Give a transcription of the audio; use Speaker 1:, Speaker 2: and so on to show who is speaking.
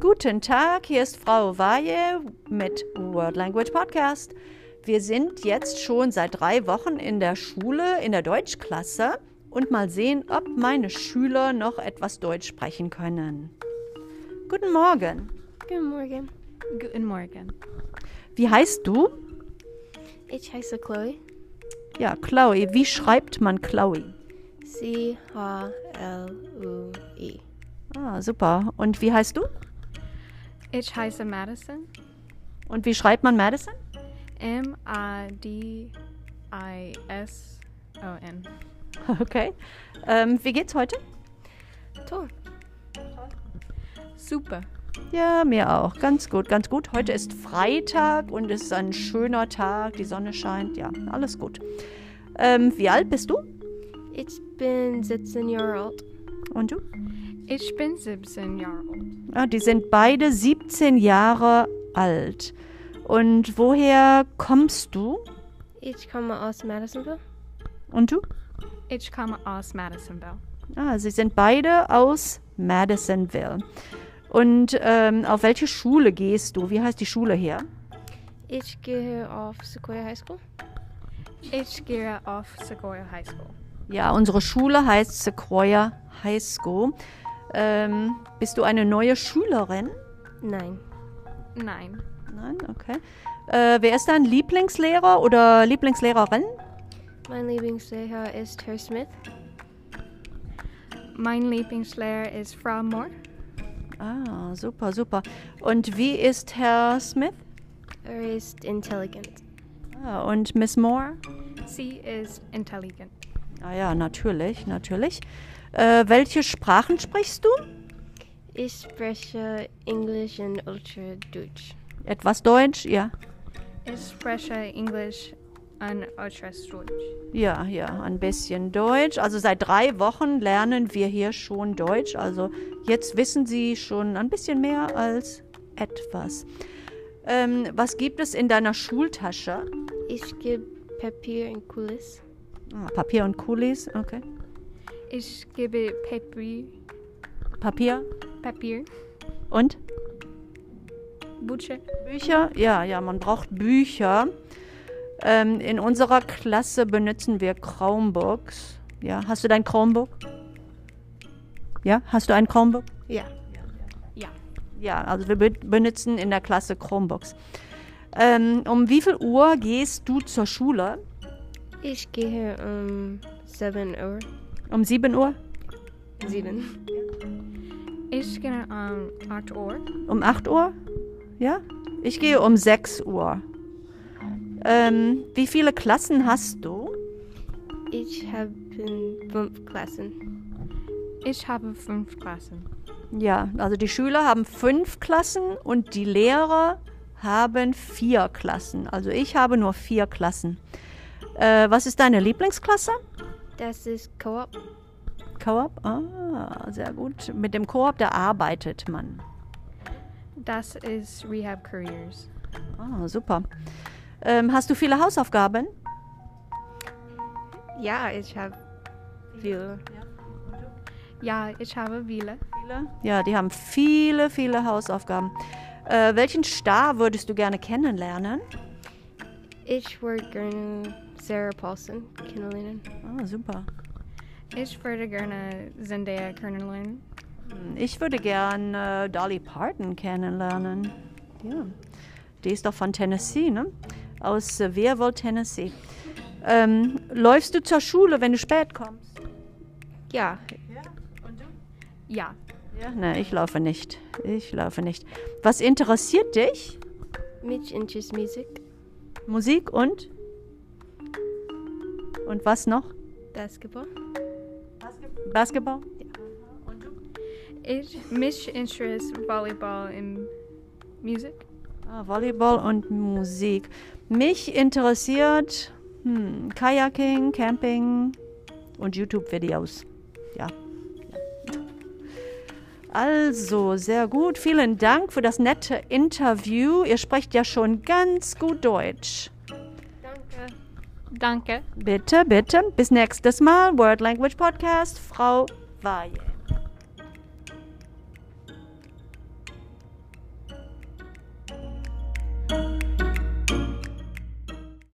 Speaker 1: Guten Tag, hier ist Frau Waje mit World Language Podcast. Wir sind jetzt schon seit drei Wochen in der Schule, in der Deutschklasse und mal sehen, ob meine Schüler noch etwas Deutsch sprechen können. Guten Morgen.
Speaker 2: Guten Morgen.
Speaker 3: Guten Morgen.
Speaker 1: Wie heißt du?
Speaker 2: Ich heiße Chloe.
Speaker 1: Ja, Chloe. Wie schreibt man Chloe?
Speaker 2: C-H-L-U-E.
Speaker 1: Ah, super. Und wie heißt du?
Speaker 3: Ich heiße Madison.
Speaker 1: Und wie schreibt man Madison?
Speaker 3: M-A-D-I-S-O-N.
Speaker 1: Okay. Ähm, wie geht's heute?
Speaker 2: Toll.
Speaker 3: Super.
Speaker 1: Ja, mir auch. Ganz gut, ganz gut. Heute ist Freitag und es ist ein schöner Tag. Die Sonne scheint. Ja, alles gut. Ähm, wie alt bist du?
Speaker 2: Ich bin 17 Jahre alt.
Speaker 1: Und du?
Speaker 3: Ich bin 17 Jahre alt.
Speaker 1: Ah, die sind beide 17 Jahre alt. Und woher kommst du?
Speaker 2: Ich komme aus Madisonville.
Speaker 1: Und du?
Speaker 3: Ich komme aus Madisonville.
Speaker 1: Ah, sie sind beide aus Madisonville. Und ähm, auf welche Schule gehst du? Wie heißt die Schule hier?
Speaker 2: Ich gehe auf Sequoia High School.
Speaker 3: Ich gehe auf Sequoia High School.
Speaker 1: Ja, unsere Schule heißt Sequoia High School. Ähm, bist du eine neue Schülerin?
Speaker 2: Nein.
Speaker 3: Nein.
Speaker 1: Nein, okay. Äh, wer ist dein Lieblingslehrer oder Lieblingslehrerin?
Speaker 2: Mein Lieblingslehrer ist Herr Smith.
Speaker 3: Mein Lieblingslehrer ist Frau Moore.
Speaker 1: Ah, super, super. Und wie ist Herr Smith?
Speaker 2: Er ist intelligent.
Speaker 1: Ah, und Miss Moore?
Speaker 3: Sie ist intelligent.
Speaker 1: Ah ja, natürlich, natürlich. Äh, welche Sprachen sprichst du?
Speaker 2: Ich spreche Englisch und Ultradeutsch.
Speaker 1: Etwas Deutsch, ja.
Speaker 3: Ich spreche Englisch und Ultradeutsch.
Speaker 1: Ja, ja, ein bisschen Deutsch. Also seit drei Wochen lernen wir hier schon Deutsch. Also jetzt wissen Sie schon ein bisschen mehr als etwas. Ähm, was gibt es in deiner Schultasche?
Speaker 2: Ich gebe Papier und Kulis.
Speaker 1: Ah, Papier und Kulis, okay.
Speaker 3: Ich gebe Papier,
Speaker 1: Papier
Speaker 3: Papier,
Speaker 1: und
Speaker 3: Butsche.
Speaker 1: Bücher? Ja, ja, man braucht Bücher. Ähm, in unserer Klasse benutzen wir Chromebooks. Ja, hast du dein Chromebook? Ja, hast du ein Chromebook?
Speaker 2: Ja.
Speaker 3: Ja.
Speaker 1: Ja, also wir be benutzen in der Klasse Chromebooks. Ähm, um wie viel Uhr gehst du zur Schule?
Speaker 2: Ich gehe um 7 Uhr.
Speaker 1: Um 7 Uhr?
Speaker 2: 7.
Speaker 3: Ich gehe um 8 Uhr.
Speaker 1: Um 8 Uhr? Ja? Ich gehe um 6 Uhr. Ähm, wie viele Klassen hast du?
Speaker 2: Ich habe fünf Klassen.
Speaker 3: Ich habe fünf Klassen.
Speaker 1: Ja, also die Schüler haben fünf Klassen und die Lehrer haben vier Klassen. Also ich habe nur vier Klassen. Äh, was ist deine Lieblingsklasse?
Speaker 2: Das ist Co-op.
Speaker 1: Koop? Ah, sehr gut. Mit dem Koop, da arbeitet man.
Speaker 3: Das ist Rehab Careers.
Speaker 1: Ah, super. Ähm, hast du viele Hausaufgaben?
Speaker 2: Ja, ich habe viele.
Speaker 3: Ja, ich habe viele.
Speaker 1: Viele? Ja, die haben viele, viele Hausaufgaben. Äh, welchen Star würdest du gerne kennenlernen?
Speaker 2: Ich würde gerne Sarah Paulson kennenlernen.
Speaker 1: Ah, super.
Speaker 3: Ich würde gerne Zendaya kennenlernen.
Speaker 1: Ich würde gern äh, Dolly Parton kennenlernen. Ja. Die ist doch von Tennessee, ne? Aus äh, Wehrwold, Tennessee. Ähm, läufst du zur Schule, wenn du spät kommst?
Speaker 2: Ja,
Speaker 3: Ja.
Speaker 1: Ja. Nein, ich laufe nicht. Ich laufe nicht. Was interessiert dich?
Speaker 2: mich interessiert Musik.
Speaker 1: Musik und? Und was noch?
Speaker 2: Basketball.
Speaker 1: Basketball?
Speaker 3: Ich, mich interessiert Volleyball und Musik.
Speaker 1: Ah, Volleyball und Musik. Mich interessiert hm, Kajaking, Camping und YouTube-Videos. Ja. Also, sehr gut. Vielen Dank für das nette Interview. Ihr sprecht ja schon ganz gut Deutsch.
Speaker 2: Danke.
Speaker 3: Danke.
Speaker 1: Bitte, bitte. Bis nächstes Mal. World Language Podcast. Frau Waje.